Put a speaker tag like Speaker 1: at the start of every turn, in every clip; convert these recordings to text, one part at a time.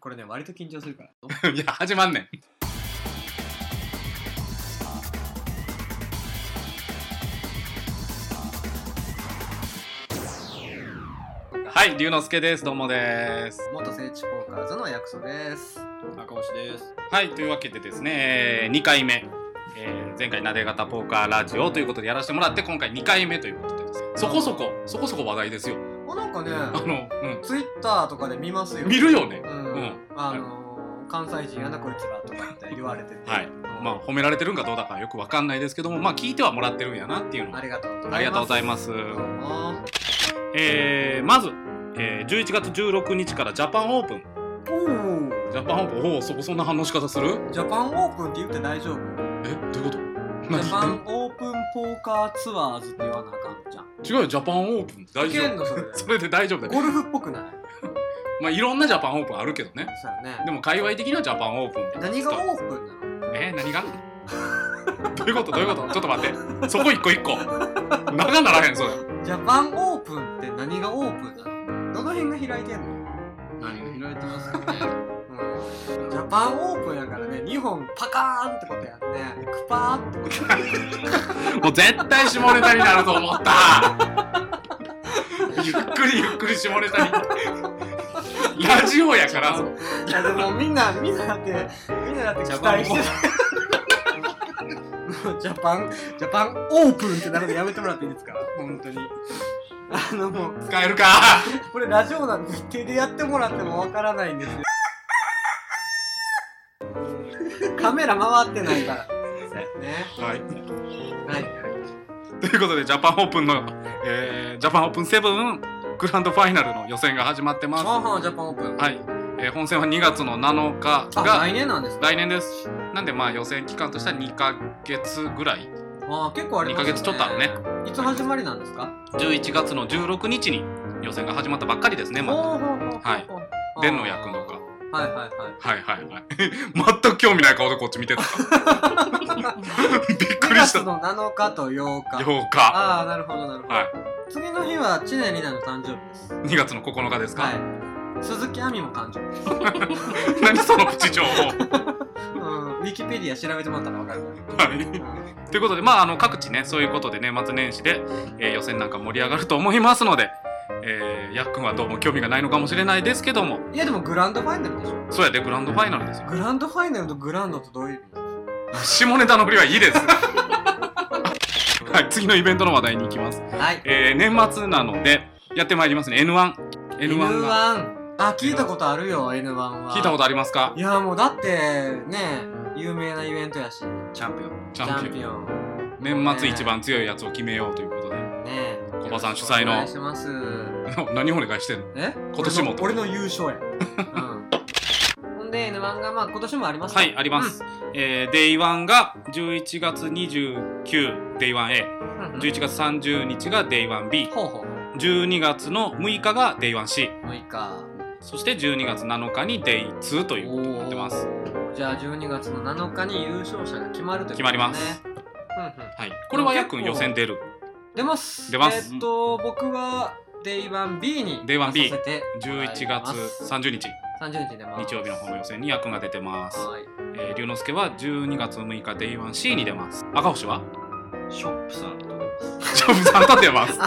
Speaker 1: これね、割と緊張するから。
Speaker 2: いや、始まんねん。はい、龍之介です。どうもです。
Speaker 1: 元聖地ポーカーズの薬草です。赤星です。
Speaker 2: はい、というわけでですね、え2回目、えー前回なで型ポーカーラジオということでやらせてもらって、今回2回目ということでですねそこそこ、そこそこ話題ですよ。
Speaker 1: あ、なんかね、
Speaker 2: あ の、う
Speaker 1: ツイッターとかで見ますよ。
Speaker 2: ん、見るよね。
Speaker 1: うん。
Speaker 2: うん
Speaker 1: あのー、関西人やなこいつらとかって言われてて。
Speaker 2: はい
Speaker 1: うん
Speaker 2: まあ、褒められてるんかどうだかよくわかんないですけども、まあ、聞いてはもらってるんやなっていうのは
Speaker 1: ありがとうございます。
Speaker 2: ありがとうございます
Speaker 1: どうも
Speaker 2: えーまず、えー11月16日からジャパンオープン
Speaker 1: お
Speaker 2: ジャパンオープンおおそこそんな反応仕方する
Speaker 1: お。ジャパンオープンって言って大丈夫
Speaker 2: えどういうこと
Speaker 1: ジャパ
Speaker 2: 何
Speaker 1: ンオープンポーカーツアーズって言わなあかんじゃん。
Speaker 2: 違うよジャパンオープン大
Speaker 1: い
Speaker 2: 丈
Speaker 1: けん
Speaker 2: 夫
Speaker 1: のそれで。
Speaker 2: それで大丈夫だよ
Speaker 1: ゴルフっぽくない
Speaker 2: まあいろんなジャパンオープンあるけどね
Speaker 1: そうやね。
Speaker 2: でも界隈的にはジャパンオープンって
Speaker 1: 何がオープンなの
Speaker 2: え何がどういうことどういうことちょっと待ってそこ一個一個長ならへんそれ
Speaker 1: ジャパンオープンって何がオープンなのどの辺が開いてんの
Speaker 2: 何
Speaker 1: 開いてますね、うん、ジャパンオープンやからね2本パカーンってことやんねクパーってことやね
Speaker 2: もう絶対下ネタになると思ったゆっくりゆっくり下ネタにラジオやから
Speaker 1: いやでもみんなみんなだってみんなだって期待してたジャパンジャパンオープンってなるのやめてもらっていいですか本当にあのもう
Speaker 2: 使えるか
Speaker 1: これラジオなんで手でやってもらってもわからないんですよカメラ回ってないからね
Speaker 2: は
Speaker 1: は
Speaker 2: い、
Speaker 1: い
Speaker 2: ということでジャパンオープンの、えージャパンオープンセブングランドファイナルの予選が始まってます。
Speaker 1: ワンハン
Speaker 2: は
Speaker 1: ジャパンオープン
Speaker 2: い、えー本戦は2月の7日
Speaker 1: あ
Speaker 2: が
Speaker 1: 来年なんですか
Speaker 2: 来年です。なんでまあ予選期間としては2ヶ月ぐらい、
Speaker 1: あー結構あり
Speaker 2: 2
Speaker 1: ま
Speaker 2: ヶ
Speaker 1: すよね
Speaker 2: 月ちょっとあるね。
Speaker 1: いつ始まりなんですか
Speaker 2: 11月の16日に予選が始まったばっかりですね。まだ
Speaker 1: ほうほうほうほう
Speaker 2: はい電脳役のか
Speaker 1: はいはいはい
Speaker 2: はいはいはい。 全く興味ない顔でこっち見てた。 びっく
Speaker 1: 9
Speaker 2: りし
Speaker 1: 月
Speaker 2: た。
Speaker 1: の7日と8日
Speaker 2: 8日。
Speaker 1: ああなるほどなるほど、
Speaker 2: は
Speaker 1: 次の日は知念里奈の誕生日です
Speaker 2: 2月の9日ですか、
Speaker 1: はい鈴木亜美も誕生日
Speaker 2: 何そのプチ情報。
Speaker 1: うんウィキペディア調べてもらったらわかるから
Speaker 2: はい。ということで、まあ、あの各地ね、そういうことで年末年始で、えー予選なんか盛り上がると思いますので、えー、やっくんはどうも興味がないのかもしれないですけども、
Speaker 1: うんいやでもグランドファイナルでしょ
Speaker 2: そうやでグランドファイナル ですよ。
Speaker 1: グランドファイナルとグランドとどういう意味なの
Speaker 2: 下ネタの振りはいいです。 はい、次のイベントの話題に行きます。
Speaker 1: はい
Speaker 2: えー、年末なので、やってまいりますね、N1。N1 が。
Speaker 1: N1 あ聞いたことあるよ N1 は
Speaker 2: 聞いたことありますか
Speaker 1: いやもうだってね有名なイベントやし
Speaker 2: チャンピオン。チ
Speaker 1: チャ
Speaker 2: ャン
Speaker 1: ン
Speaker 2: ピ
Speaker 1: ピオン
Speaker 2: オン。年末一番強いやつを決めようということで。
Speaker 1: ね
Speaker 2: 小葉さん主催の
Speaker 1: お願いします
Speaker 2: 何をお願いしてんの
Speaker 1: え
Speaker 2: 今年も
Speaker 1: 俺の俺の優勝やうんほんで N1 がまあ今年もあります
Speaker 2: はい、あります。えー、Day1 が11月29、Day1A。
Speaker 1: うんうん
Speaker 2: 11月30日が Day1B、
Speaker 1: ほうほう
Speaker 2: 12月の6日が Day1C、
Speaker 1: 6日
Speaker 2: そして12月7日に Day2 ということになってます。
Speaker 1: おーじゃあ12月の7日に優勝者が決まるということ、ね、
Speaker 2: 決まります
Speaker 1: うんうん
Speaker 2: はい、これはやっくん
Speaker 1: 結
Speaker 2: 予
Speaker 1: 構
Speaker 2: 選出る。
Speaker 1: 出ます
Speaker 2: 出ます
Speaker 1: えーっと僕は Day1B に
Speaker 2: Day1B
Speaker 1: 出させて
Speaker 2: 11
Speaker 1: もらい
Speaker 2: 月
Speaker 1: ます
Speaker 2: 30日、
Speaker 1: 30日出ます
Speaker 2: 日曜日の方の予選にやっくんが出てます。
Speaker 1: はい
Speaker 2: えー、龍之介は12月6日 Day1C に出ます。赤星は
Speaker 1: ショップさんと出ます
Speaker 2: ジョブさんと出ます。
Speaker 1: タ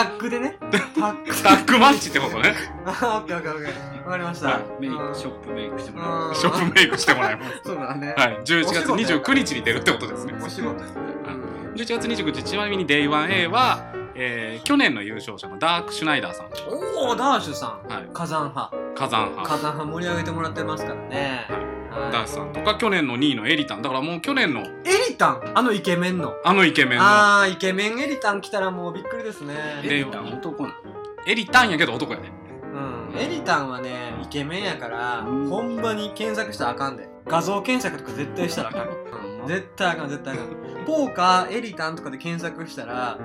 Speaker 1: ッグで ねタッグ
Speaker 2: スタックマッチってことね。
Speaker 1: あ、オッケーオッケーオッケー。わかりました。
Speaker 3: メイク、シ
Speaker 1: ョ
Speaker 3: ョップメイクしてもらう。
Speaker 1: ッ
Speaker 2: ショップメイクしてもらいます。
Speaker 1: そうだね。
Speaker 2: はい、11月29日に出るってことですね。
Speaker 1: お仕事ですね。
Speaker 2: 11月29日、ちなみに Day1A は、えー、去年の優勝者のダーク・シュナイダーさん。
Speaker 1: おお、ダーシュさん。
Speaker 2: はい、
Speaker 1: 火山派。
Speaker 2: 火山派。
Speaker 1: 火山派盛り上げてもらってますからね。
Speaker 2: ダー
Speaker 1: は
Speaker 2: スさんとか去年の2位のエリタンだからもう去年の
Speaker 1: い。エリタンあのイケメンの。
Speaker 2: あのイケメンの
Speaker 1: あー、イケメンエリタン来たらもうびっくりですね。
Speaker 2: で
Speaker 3: レイタン男な
Speaker 2: エリタンやけど男やね
Speaker 1: うん。エリタンはね、イケメンやから、
Speaker 3: うん
Speaker 1: ほんまに検索したらあかんで。画像検索とか絶対したらあかん。
Speaker 3: の。
Speaker 1: 絶対あかん、絶対あかん。ポーカー、エリタンとかで検索したら、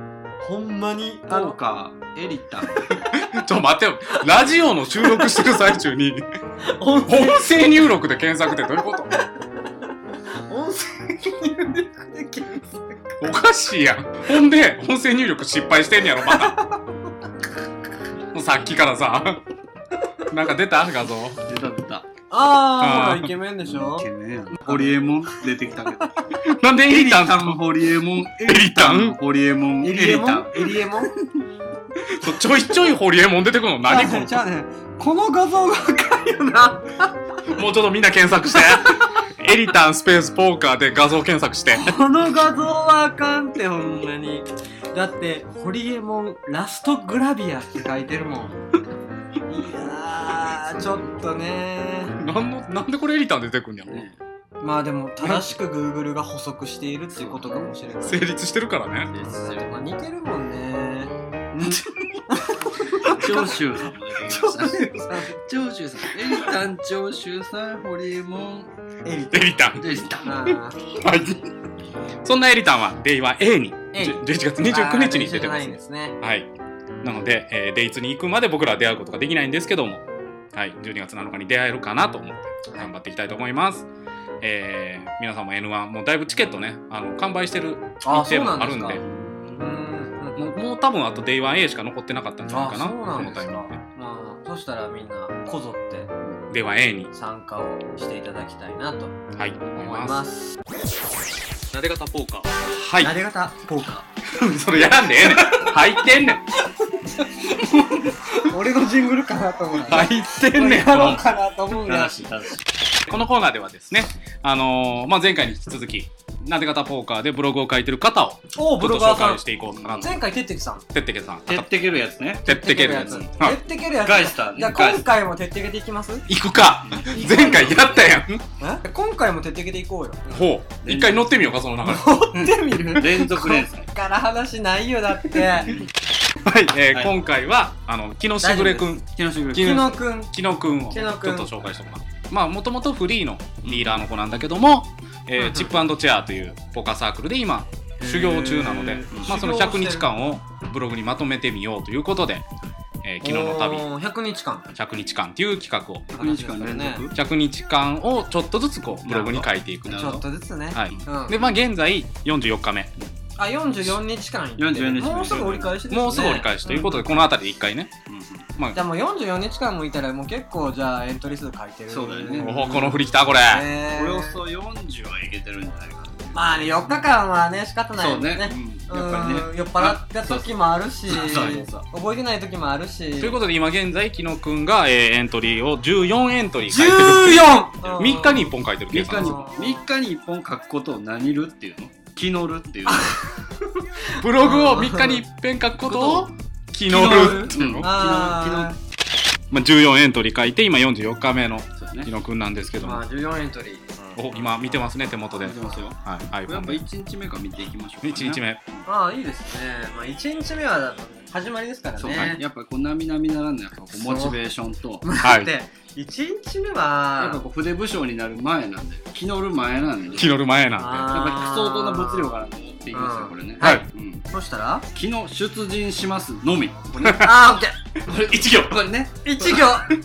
Speaker 1: ほんまに、
Speaker 3: ポ
Speaker 1: あの
Speaker 3: ー、カー、エリタン。
Speaker 2: ちょ待てよラジオの収録してる最中 に
Speaker 1: 音声
Speaker 2: 音声入力で検索ってどういうこと
Speaker 1: 音声入力で検索
Speaker 2: おかしいやんほんで音声入力失敗してんやろまたもうさっきからさなんか出た画像
Speaker 3: 出た出た。
Speaker 1: ああ、ほ
Speaker 2: あー
Speaker 1: ら、イケメンでしょ
Speaker 3: イケメンやなホリエモン出てきたけど。
Speaker 2: なんでエリタン
Speaker 3: エリホリエモン。エ
Speaker 2: リタン
Speaker 3: ホリエモン。
Speaker 1: エリエモンエリエモン
Speaker 2: そうちょいちょいホリエモン出てくるの何この
Speaker 1: じゃあね、この画像が赤いよな。
Speaker 2: もうちょっとみんな検索して。 エリタンスペースポーカーで画像検索して。
Speaker 1: この画像はあかんって、ほんまに。だって、ホリエモンラストグラビアって書いてるもん。いやー、ちょっとね
Speaker 2: なんの、なんでこれエリタン出てくんやろ
Speaker 3: ね
Speaker 1: まあでも、正しく Google が補足しているっていうことかもしれない。
Speaker 2: 成立してるからね。
Speaker 3: です
Speaker 1: まあ似てるもんね。
Speaker 3: 長州さんも出てきましたね。
Speaker 1: エ
Speaker 3: 長州さん。エリタン、長州さん、ホリエモン。
Speaker 1: リ
Speaker 2: エリタン。
Speaker 3: エリタン。
Speaker 1: あ
Speaker 2: はい。そんなエリタンは Day1A に、
Speaker 1: A
Speaker 2: 11月29日に出てま
Speaker 1: ない
Speaker 2: す
Speaker 1: ん。ですね。
Speaker 2: はい。なので、えー、デイツに行くまで僕らは出会うことができないんですけども、はい、12月7日に出会えるかなと思って頑張っていきたいと思います。えー、皆さんも N1、もうだいぶチケットね、あの完売してる
Speaker 1: あ、そ
Speaker 2: 日
Speaker 1: う
Speaker 2: 程
Speaker 1: なん
Speaker 2: もあ
Speaker 1: で
Speaker 2: る
Speaker 1: す
Speaker 2: ん
Speaker 1: か。
Speaker 2: で、
Speaker 1: うーん
Speaker 2: もうもう多分あと Day1A しか残ってなかったんじゃないかな、
Speaker 1: あそうなん
Speaker 2: こ
Speaker 1: で
Speaker 2: の
Speaker 1: すか
Speaker 2: タイミングで。
Speaker 1: まあ、そしたらみんなこぞって
Speaker 2: では A に、
Speaker 1: 参加をしていただきたいなと
Speaker 2: はい、思い
Speaker 1: 思い
Speaker 2: ま。
Speaker 1: ますす。
Speaker 2: なで方ポーカー。はい
Speaker 1: な。で方ポーカ
Speaker 2: それやらんでええねん。入ってんねん。
Speaker 1: ー。俺のジングルかなと思う。
Speaker 2: 入ってんねん。
Speaker 1: やろうかなと思うんだ
Speaker 3: 正。しい、正しい。
Speaker 2: このコーナーではですね、あのーまあ、前回に引き続き、なで方ポーカーでブログを書いてる方を、
Speaker 1: お
Speaker 2: ちょ
Speaker 1: ブ
Speaker 2: っと
Speaker 1: ロガーさ
Speaker 2: 紹介
Speaker 1: ん
Speaker 2: し。ていこうかなと。
Speaker 1: 前回てってきさん。
Speaker 2: てってけさん。
Speaker 3: てってけるやつね。
Speaker 2: てってけるやつ。
Speaker 1: て
Speaker 2: はい
Speaker 1: ってけるやつ。
Speaker 3: ガイスターね
Speaker 1: じゃあ
Speaker 3: ガイ
Speaker 1: 今
Speaker 3: ス
Speaker 1: 回もてってけていきます
Speaker 2: 行くか。前回やったやん。
Speaker 1: え今回もてってけていこうよ。
Speaker 2: ほう。一回乗ってみようか、その流 れ。は
Speaker 1: 乗ってみる
Speaker 3: 連続連載。
Speaker 1: から話ないよだって。
Speaker 2: い。え
Speaker 3: は
Speaker 2: ー
Speaker 3: い
Speaker 2: 今回は、あの、木下ぐれくん、
Speaker 3: 木下
Speaker 2: 木
Speaker 1: 木野くん。
Speaker 2: 木野くんを
Speaker 1: 木
Speaker 2: ち
Speaker 1: 野
Speaker 2: ょっ
Speaker 1: くん
Speaker 2: と紹介してもらう。まあ、もともとフリーのリーダーの子なんだけども、
Speaker 1: うん
Speaker 2: え
Speaker 1: うん
Speaker 2: ーチップチェアというポカサークルで今、修行中なので、まあ、その100日間をブログにまとめてみようということで、えー昨日の旅
Speaker 1: おー100日間。
Speaker 2: 100日間っていう企画を
Speaker 3: 100日間連続
Speaker 2: 100日間をちょっとずつこうブログに書いていく
Speaker 3: な
Speaker 1: ち
Speaker 3: る
Speaker 1: ょ
Speaker 3: ほど
Speaker 1: っとずつね。
Speaker 2: はい
Speaker 1: うん
Speaker 2: でまあ現在44日目
Speaker 1: あ、44日間行って
Speaker 3: 44日間
Speaker 1: もうすぐ折り返しですね。
Speaker 2: もうすぐ折り返しということでこの辺りで1回ねま
Speaker 1: じゃあもう44日間もいたらもう結構じゃあエントリー数書いてる。
Speaker 3: そうだよね
Speaker 2: あ
Speaker 3: うん
Speaker 2: おおこの振りきたこれ
Speaker 1: ね
Speaker 3: およそ40はいけてるんじゃないかな。
Speaker 1: まあね、4日間はね、仕方ない
Speaker 3: そう
Speaker 1: で
Speaker 3: ね
Speaker 1: す。ね。
Speaker 3: うんやっぱりね。
Speaker 1: うん酔っ払った時もあるし、
Speaker 3: そうそうそう
Speaker 1: 覚えてない時もあるし。
Speaker 2: ということで今現在紀野くんが、えーエントリーを14エントリー書いてる
Speaker 1: 14!
Speaker 2: 3日に1本書いてる計
Speaker 3: 3日
Speaker 2: 算
Speaker 3: に
Speaker 2: です
Speaker 3: 3日に1本書くことを何るっていうの気乗るっていう
Speaker 2: ブログを3日に1遍書くことを昨日
Speaker 1: 昨日
Speaker 2: るっていうの、
Speaker 1: あ
Speaker 2: まあ、14エントリー書いて今44日目の
Speaker 3: 昨日昨日そう
Speaker 2: 紀
Speaker 3: ね
Speaker 2: 野くんなんですけ
Speaker 1: ー
Speaker 2: ど
Speaker 1: ま
Speaker 2: も
Speaker 1: あ14エントリー。
Speaker 2: お今見てますね手元で
Speaker 3: 見てますよ
Speaker 2: はい
Speaker 3: やっ
Speaker 2: iPhone
Speaker 3: ぱ
Speaker 2: で
Speaker 3: 1日目から見ていきましょうかね
Speaker 2: 1日目
Speaker 1: まあいいですね。まあ1日目は始まりですから
Speaker 3: そうか
Speaker 1: ね。
Speaker 3: やっぱこう並々ならぬやっぱこうモチベーションと
Speaker 2: はい
Speaker 1: で、1日目
Speaker 3: やっぱ
Speaker 1: は、
Speaker 3: こう筆武将になる前なんで気乗る前なん
Speaker 2: 昨
Speaker 3: で
Speaker 2: 日の前なん
Speaker 3: やっぱ相当な物量
Speaker 1: が。
Speaker 3: があると思っていきます
Speaker 1: う
Speaker 3: よ
Speaker 1: ん
Speaker 3: これね
Speaker 2: はい
Speaker 3: うん
Speaker 1: そしたら
Speaker 3: 昨日出陣しますのみこれね
Speaker 1: あー、オッケー
Speaker 2: で1行
Speaker 3: これね
Speaker 1: 一行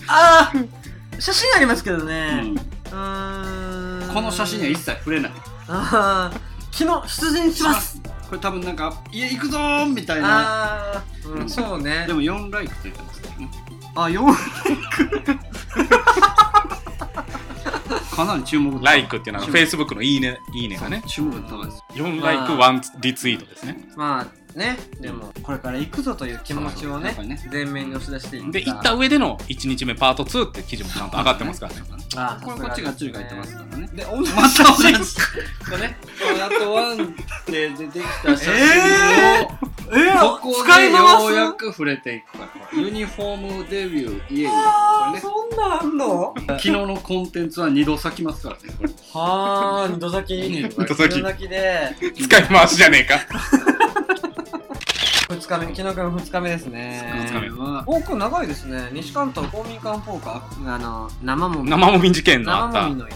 Speaker 1: あー写真ありますけど
Speaker 3: うん
Speaker 1: ねうーん
Speaker 3: この写真には一切触れない
Speaker 1: あー昨日出陣します
Speaker 3: これ多分なんか家行くぞーみたいな
Speaker 1: ああ、うん、そうね
Speaker 3: でも4ライクついてますね
Speaker 1: あ四
Speaker 3: かなり注目度
Speaker 2: ライクっていうのは Facebook のいいねいいねがね
Speaker 3: 注目度高いです
Speaker 2: 4ライク1リツイートですね
Speaker 1: まあねでもこれから行くぞという気持ちを
Speaker 3: やっ
Speaker 1: ね
Speaker 3: ぱりね
Speaker 1: 前面に押し出していった
Speaker 2: で行った上での1日目パート2って記事もちゃんと上がってますからね
Speaker 1: あー
Speaker 3: これこっちがっちり書いてますからね
Speaker 1: で同じ
Speaker 3: また同じ
Speaker 1: え
Speaker 3: これねあとワンで出てきた 写
Speaker 1: え
Speaker 3: 真を
Speaker 1: ー、
Speaker 3: ここ
Speaker 1: 使
Speaker 3: で
Speaker 1: い回す
Speaker 3: ようやく触れていくからユニフォームデビュー家にこ
Speaker 1: あ
Speaker 3: れ
Speaker 1: ー
Speaker 3: ね
Speaker 1: そんなんあんの
Speaker 3: 昨日のコンテンツは2度咲きますからねこれ
Speaker 1: はあ二度咲き
Speaker 3: 二
Speaker 2: 度咲き
Speaker 1: 二度咲きで
Speaker 2: 使い回しじゃねえか
Speaker 1: 二日目昨日から二日目ですね
Speaker 2: 二日目
Speaker 3: は
Speaker 1: 多く長いですね西関東公民館フォーカーあの生もみ
Speaker 2: 生もみ事件のあっ
Speaker 1: 生もみ
Speaker 2: た
Speaker 1: のい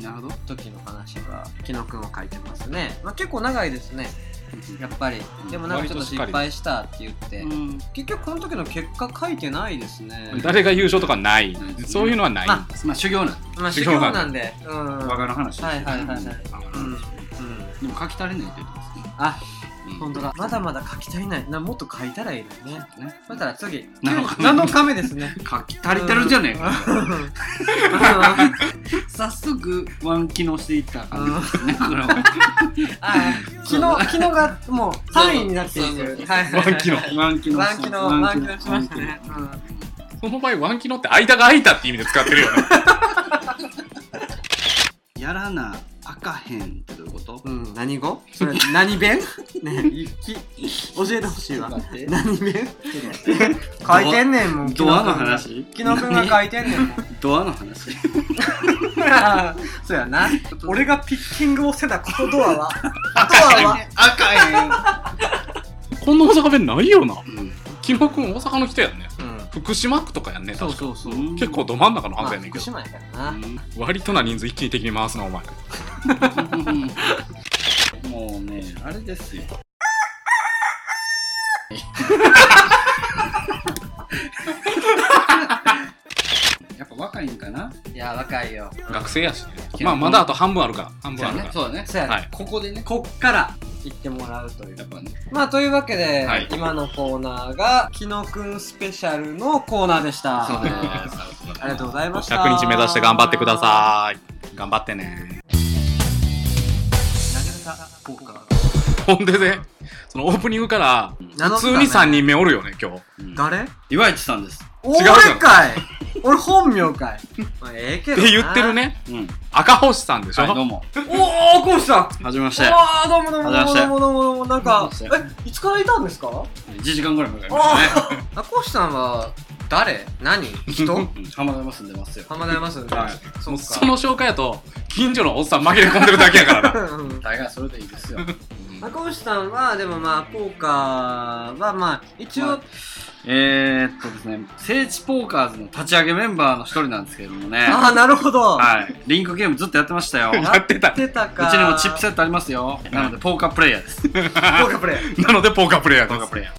Speaker 1: た
Speaker 3: なるほど
Speaker 1: 時の話が紀野くんは書いてますね、まあ、結構長いですねやっぱりでもなんかちょっと失敗したって言って、
Speaker 3: うん
Speaker 1: 結局この時の結果書いてないですね
Speaker 2: 誰が優勝とかないそういうのはない
Speaker 1: ま
Speaker 3: まあ修行なんで
Speaker 1: まあ修
Speaker 2: 修
Speaker 1: 行
Speaker 2: 行
Speaker 1: な
Speaker 2: なん
Speaker 1: でうん
Speaker 3: 我がの話です
Speaker 1: はいはいはいはい
Speaker 3: 我がの
Speaker 1: うんうん
Speaker 3: 話でも書き足りないって言ってますね
Speaker 1: あ本当だまだまだ書き足りないなもっと書いたらいいのにね
Speaker 3: ね
Speaker 1: また次
Speaker 2: 七日目
Speaker 1: 7日目ですね
Speaker 3: 書き足りてるんじゃねえか
Speaker 1: か
Speaker 3: 早速ワン機能していった感じですねこれは
Speaker 1: 昨日昨日がもう3位になってい
Speaker 3: そうそう
Speaker 1: る
Speaker 3: そう
Speaker 1: はいはいはい
Speaker 2: ワン 機能
Speaker 3: ワン
Speaker 1: ワン
Speaker 3: 機能しま
Speaker 1: キ
Speaker 3: した
Speaker 1: ノワンキノしましたね
Speaker 2: その場合ワンキノって間が空いたって意味で使ってるよね
Speaker 3: やらなあかへんってどういうこと
Speaker 1: うんうん何語それ何弁 ねき教えてほしいわ
Speaker 3: ちょっと待って
Speaker 1: 何弁
Speaker 3: ちょっと待って
Speaker 1: 書いてんねんもん
Speaker 3: ドアの話
Speaker 1: キノ君が書いてんねんもん
Speaker 3: ドアの話
Speaker 1: そうやな俺がピッキングをせたこのドアはドアは
Speaker 3: あか
Speaker 2: こんな大阪弁ないよな
Speaker 3: へん、うん、
Speaker 2: キノ君大阪の人やんね
Speaker 1: うん
Speaker 2: 福島区とかやんね
Speaker 1: そう
Speaker 2: 確か
Speaker 1: そうそう
Speaker 2: 結構ど真ん中のは
Speaker 1: ま
Speaker 2: ず
Speaker 1: あ
Speaker 2: やねんけ
Speaker 1: 福島
Speaker 2: ど、
Speaker 1: やからな
Speaker 2: 割とな人数一気に敵に回すなお前
Speaker 3: うんもうね、あれですよ。 やっぱ若いんかない
Speaker 1: や若いよ
Speaker 2: 学生やしね
Speaker 3: いや
Speaker 2: まあまだあと半分あるか半分あるか
Speaker 3: そうだね。
Speaker 1: そうやね、
Speaker 2: はい
Speaker 3: ここでね、
Speaker 1: こっから行ってもらうという
Speaker 3: やっぱね、
Speaker 1: まあというわけで、
Speaker 2: はい
Speaker 1: 今のコーナーが「きのくんスペシャル」のコーナーでした
Speaker 3: そう
Speaker 1: あ
Speaker 3: です
Speaker 1: りがとうございました
Speaker 2: 100日目指して頑張ってください頑張ってね
Speaker 1: い投げ方
Speaker 2: ほんでねそのオープニングから
Speaker 1: 名乗
Speaker 2: 普
Speaker 1: った
Speaker 2: 通
Speaker 1: ね
Speaker 2: に3人目おるよね今日
Speaker 3: うん
Speaker 1: 誰
Speaker 3: 岩市さんです。
Speaker 1: 俺
Speaker 2: じゃん
Speaker 1: かい俺本名かい、まあ、ええけ
Speaker 2: って
Speaker 1: どな
Speaker 2: 言ってるね
Speaker 3: うん。
Speaker 2: 赤星さんでしょ、
Speaker 3: はい、どうも。
Speaker 1: おおこうしたわ
Speaker 3: はじめまして。
Speaker 1: あどうもどうもどうもどうもどうもどうもなん
Speaker 3: は
Speaker 1: か
Speaker 3: じめま
Speaker 1: えいつからいたんですか
Speaker 3: 1時間ぐらいかかりましたね。
Speaker 1: あこうしさんは誰何 人
Speaker 3: うん浜田山住んでますよ。
Speaker 1: 浜田山さん
Speaker 3: はい
Speaker 1: そ
Speaker 2: もう
Speaker 1: っ
Speaker 2: そ
Speaker 1: か
Speaker 2: の紹介やと近所のおっさん紛れ込んでるだけやからな
Speaker 1: うん
Speaker 3: 大概それでいいですよ。
Speaker 1: 赤星さんはでもまあポーカーはまあ一応、
Speaker 3: まあえー、っとですね、聖地ポーカーズの立ち上げメンバーの一人なんですけれどもね。
Speaker 1: ああなるほど、
Speaker 3: はい。リンクゲームずっとやってましたよ。う
Speaker 2: やってた
Speaker 1: やってたか
Speaker 3: ちにもチップ セ
Speaker 1: ッ
Speaker 3: ットありますよ。なので、ポーカープレイヤーです。ポ
Speaker 1: トポーカープレイ
Speaker 2: なのでポーカープレイヤー
Speaker 3: ーカ
Speaker 2: で
Speaker 3: ープレイヤー。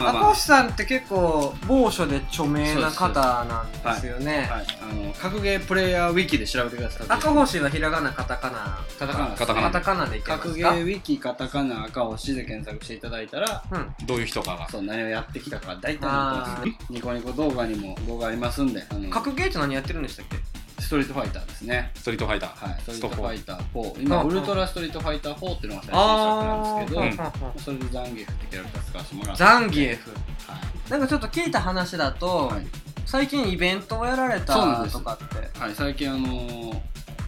Speaker 3: まあ
Speaker 1: 赤
Speaker 3: まあ
Speaker 1: 星さんって結構某所で著名な方なんですよね
Speaker 3: はい。あの、格ゲープレイヤーウィキで調べてください。
Speaker 1: 赤星はひらがなカタカナ
Speaker 3: カタカナです。
Speaker 2: カタカナ
Speaker 1: カタカナでいけますか
Speaker 3: 格ゲーウィキ、カタカナ、赤星で検索していただいたら、
Speaker 1: うん
Speaker 2: すどういう人かが
Speaker 3: そう、何をやってきたか、大体載ってますね。ニコニコ動画にも動画ありますんで、あの、
Speaker 1: 格ゲーって何やってるんでしたっけ
Speaker 3: ストリートファイターですね。
Speaker 2: ストリートファイター、
Speaker 3: はい、ストリ
Speaker 2: ス
Speaker 3: ー
Speaker 2: ト
Speaker 3: ト
Speaker 2: フ
Speaker 3: フ
Speaker 2: ォ
Speaker 3: ァイター4。今、
Speaker 1: うん
Speaker 3: ウルトラストリートファイター4っていうのが最新作なんですけど、
Speaker 1: ー
Speaker 3: それでザンギエフってキャラクター使わせてもらって。
Speaker 1: ザンギエフ
Speaker 3: はい
Speaker 1: なんかちょっと聞いた話だと、
Speaker 3: はい
Speaker 1: 最近イベントをやられ
Speaker 3: そうなん
Speaker 1: た
Speaker 3: です
Speaker 1: とかって
Speaker 3: はい、最近あのー、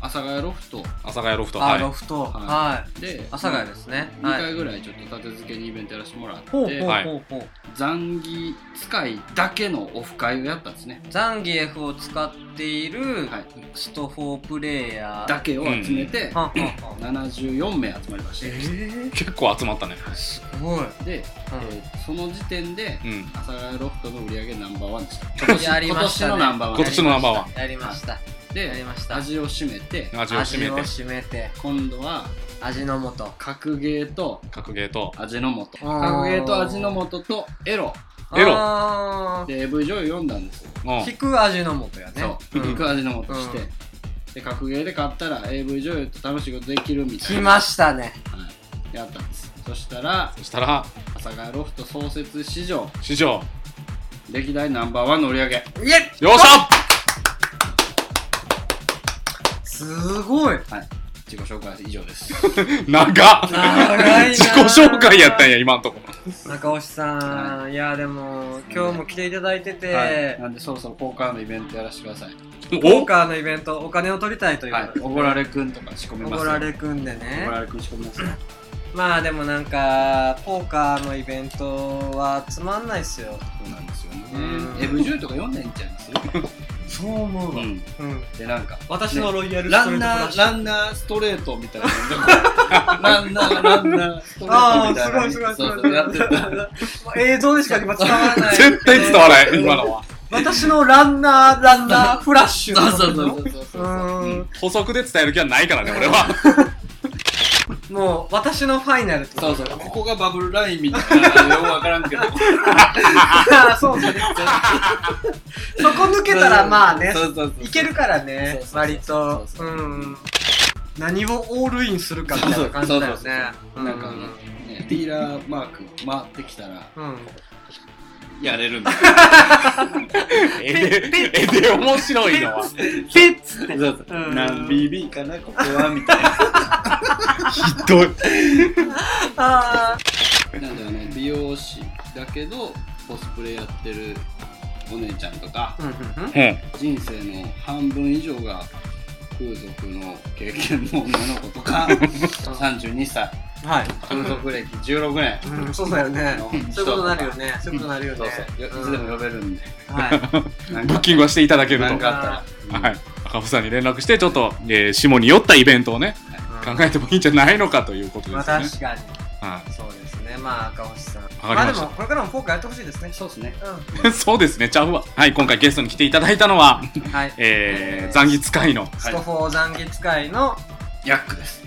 Speaker 3: 阿佐ヶ谷ロフト
Speaker 2: 阿佐ヶ谷ロフト
Speaker 1: あ
Speaker 2: は
Speaker 1: ロ
Speaker 2: い
Speaker 1: フトはい、
Speaker 3: で、
Speaker 1: 阿佐ヶ谷ですね、
Speaker 3: まあ、2
Speaker 1: はい
Speaker 3: 回ぐらいちょっと立て付けにイベントやらせてもらって、
Speaker 1: ほうほう
Speaker 2: はい
Speaker 1: ほうほう、
Speaker 3: 残儀使いだけのオフ会をやったんですね。
Speaker 1: ザンギエフを使っている
Speaker 3: はい、
Speaker 1: スト4プレイヤー
Speaker 3: だけを集め
Speaker 1: は
Speaker 3: て、
Speaker 1: んはんはん
Speaker 3: 74名集まりまして、
Speaker 1: え
Speaker 2: 結構集まったね
Speaker 1: ー、すごい、
Speaker 3: で、え
Speaker 1: うん
Speaker 3: ーその時点で、
Speaker 2: うん
Speaker 3: 阿佐ヶ谷ロフトの売り上げナンバーワンでした。今年
Speaker 1: やりましたね
Speaker 3: 今年のナンバーワン
Speaker 2: 今年のナンバーワ
Speaker 1: やりましたやり
Speaker 3: で、
Speaker 1: ました
Speaker 3: 味を占めて、
Speaker 2: ン味を占めて
Speaker 1: 味を占めて
Speaker 3: 今度は
Speaker 1: 味の素
Speaker 3: 格ゲーと
Speaker 2: 格ゲーと
Speaker 3: 味の素。
Speaker 1: あー
Speaker 3: 格ゲーと味の素とエロ。
Speaker 2: エロ
Speaker 1: ロ
Speaker 3: で、AV 女優読んだんですよ。
Speaker 2: うん
Speaker 1: 引く味の素やね
Speaker 3: そう、
Speaker 1: ん
Speaker 3: 肉味の素して、
Speaker 1: うん
Speaker 3: で格ゲーで買ったら AV 女優と楽しいことできるみた
Speaker 1: 来
Speaker 3: いな、は
Speaker 1: ましたね
Speaker 3: い、やったんですそしたら
Speaker 2: そしたら
Speaker 3: 阿佐ヶ谷ロフト創設史上
Speaker 2: 市場
Speaker 3: 歴代ナンバーワンの売り上げ
Speaker 1: いえ
Speaker 2: よっしゃ
Speaker 1: すごい
Speaker 3: 自己紹介以上です
Speaker 2: 長っ
Speaker 1: 長いな
Speaker 2: 自己紹介やったんや今んとこ
Speaker 1: 中押さん、い、やでも今日も来ていただいてて、
Speaker 3: はい、なんでそろそろポーカーのイベントやらせてください、
Speaker 1: ポー
Speaker 2: お
Speaker 1: カーのイベントお金を取りたいという
Speaker 3: はい、おごられくんとか仕込み
Speaker 1: お
Speaker 3: ます
Speaker 1: ごられくんで
Speaker 3: お
Speaker 1: ね
Speaker 3: ごられくん仕込みますよ
Speaker 1: まあでもなんかポーカーのイベントはつまんないっすよ
Speaker 3: そうなんですよね
Speaker 1: うん
Speaker 3: AV 女優とか読んでんちゃいますよ、
Speaker 1: そう思う
Speaker 3: うん、
Speaker 1: うん
Speaker 3: でなんか
Speaker 1: 私
Speaker 3: の
Speaker 1: ロイヤ
Speaker 3: ランナー、ランナーストレートみたいな。ランナー、ランナーストレート
Speaker 1: あ
Speaker 3: み
Speaker 1: あ、
Speaker 3: た
Speaker 1: す
Speaker 3: いな。
Speaker 1: ごいすごいす
Speaker 3: そ
Speaker 1: ご
Speaker 3: う
Speaker 1: い
Speaker 3: そうやってた。
Speaker 1: もう映像でしか今伝わらない。
Speaker 2: 絶対伝わらへん今のは
Speaker 1: 私のランナー、ランナー、フラッシュ
Speaker 3: そ
Speaker 1: のこと
Speaker 3: うそう
Speaker 1: でしょ。
Speaker 3: そうそうそう。
Speaker 1: うーん
Speaker 2: 補足で伝える気はないからね俺は
Speaker 1: もう私のファイナルってこと
Speaker 3: そうそう、ここがバブルラインみたいな、よくわからんけど。
Speaker 1: あーそうねそこ抜けたらまあね
Speaker 3: そうそうそう
Speaker 1: いけるからね
Speaker 3: そうそうそう
Speaker 1: 割と
Speaker 3: そう
Speaker 1: う
Speaker 3: そうそうん
Speaker 1: 何をオールインするかみたいな感じだよね
Speaker 3: なんかね、ねねディーラーマーク回ってきたら
Speaker 1: うん
Speaker 3: やれるんだ
Speaker 2: 絵で絵で面白いのは
Speaker 1: ピッつって
Speaker 3: そうそう
Speaker 1: うん
Speaker 3: 何 BB かなここはみたいな
Speaker 2: ひどい
Speaker 1: あ
Speaker 3: なんだよね美容師だけどコスプレやってるお姉ちゃんとか
Speaker 1: ーうんうんうん
Speaker 2: うん
Speaker 3: 人生の半分以上が風俗の経験の女の子 とか32歳
Speaker 1: はい
Speaker 3: 風俗歴16年
Speaker 1: うんそうだよね
Speaker 3: の
Speaker 1: そう
Speaker 3: 人
Speaker 1: いうこととになるよ
Speaker 3: か
Speaker 1: ねそういうことになるよね
Speaker 3: そうそうよいつでも呼べるんで
Speaker 1: うんはい
Speaker 3: なん
Speaker 2: ブッ
Speaker 3: か
Speaker 2: キングはしていただけると
Speaker 3: なんかあった
Speaker 2: は
Speaker 3: ら
Speaker 2: い、赤穂さんに連絡してちょっと、えー、下に寄ったイベントをね考えてもいいんじゃないのかということ
Speaker 1: ま
Speaker 2: で
Speaker 1: あ
Speaker 2: すよね
Speaker 1: 確かに
Speaker 2: は
Speaker 1: そうですねまあ赤星さん
Speaker 2: かりました
Speaker 1: あでもこれからもポーカーやってほしいですね
Speaker 3: そうですね
Speaker 1: う
Speaker 2: い そうですねちゃうわはい今回ゲストに来ていただいたのは、
Speaker 1: んはい
Speaker 2: えー、残月会の
Speaker 1: ストフォー残月会の
Speaker 3: ヤックです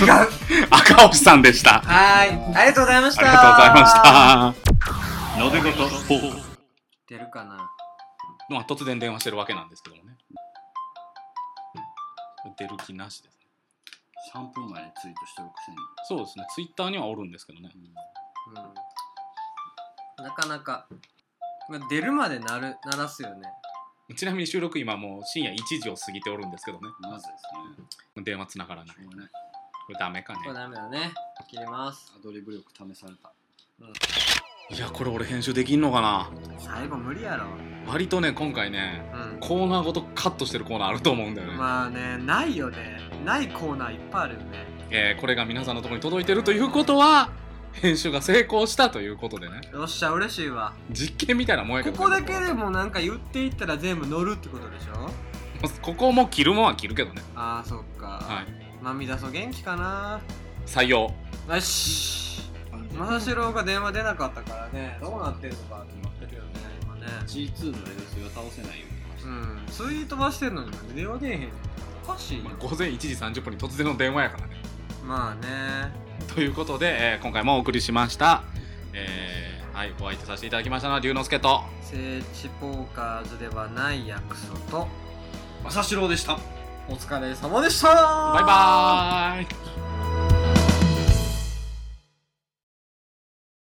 Speaker 1: 違う
Speaker 2: 赤星さんでした
Speaker 1: はいありがとうございました
Speaker 2: ありがとうございましたのでごと
Speaker 1: 出るかな
Speaker 2: まあ突然電話してるわけなんですけどもね出る気なしですね
Speaker 3: 3分前にツイートしてるくせに
Speaker 2: そうですねツイッターにはおるんですけどね
Speaker 1: うんなかなかまあ出るまでなる鳴らすよね
Speaker 2: ちなみに収録今もう深夜1時を過ぎておるんですけどね
Speaker 3: まずですね
Speaker 2: 電話つながらない
Speaker 3: しょうがない
Speaker 2: これダメかね
Speaker 1: これダメだね切ります
Speaker 3: アドリブ力試された
Speaker 2: いやこれ俺編集できんのかな
Speaker 1: 最後無理やろ
Speaker 2: 割とね今回ね
Speaker 1: う
Speaker 2: コーナーごとカットしてるコーナーあると思うんだよね、
Speaker 1: んまあねないよねないコーナーいっぱいあるよね
Speaker 2: えーこれが皆さんのところに届いてるということは編集が成功したということでね
Speaker 1: よっしゃ嬉しいわ
Speaker 2: 実験みたいなもんやけ
Speaker 1: こ
Speaker 2: どね、
Speaker 1: こだけでもなんか言っていったら全部乗るってことでしょ
Speaker 2: ここも切るもんは切るけどね
Speaker 1: あーそっか、
Speaker 2: はい
Speaker 1: まみだそ元気かな
Speaker 2: 採用
Speaker 1: よしまさしろうが電話出なかったからねどうなってんのかって思ってるよね今ね
Speaker 3: G2 のレベルが倒せないよ
Speaker 1: うんツイートはしてんのに電話出えへんおかしいよ
Speaker 2: まあ午前1時30分に突然の電話やからね
Speaker 1: まあね
Speaker 2: ということで、えー今回もお送りしました、えーはいお相手させていただきましたのは龍之介と
Speaker 1: 聖地ポーカーズではない約束と
Speaker 3: まさしろうでした
Speaker 1: お疲れ様でした
Speaker 2: バイバーイ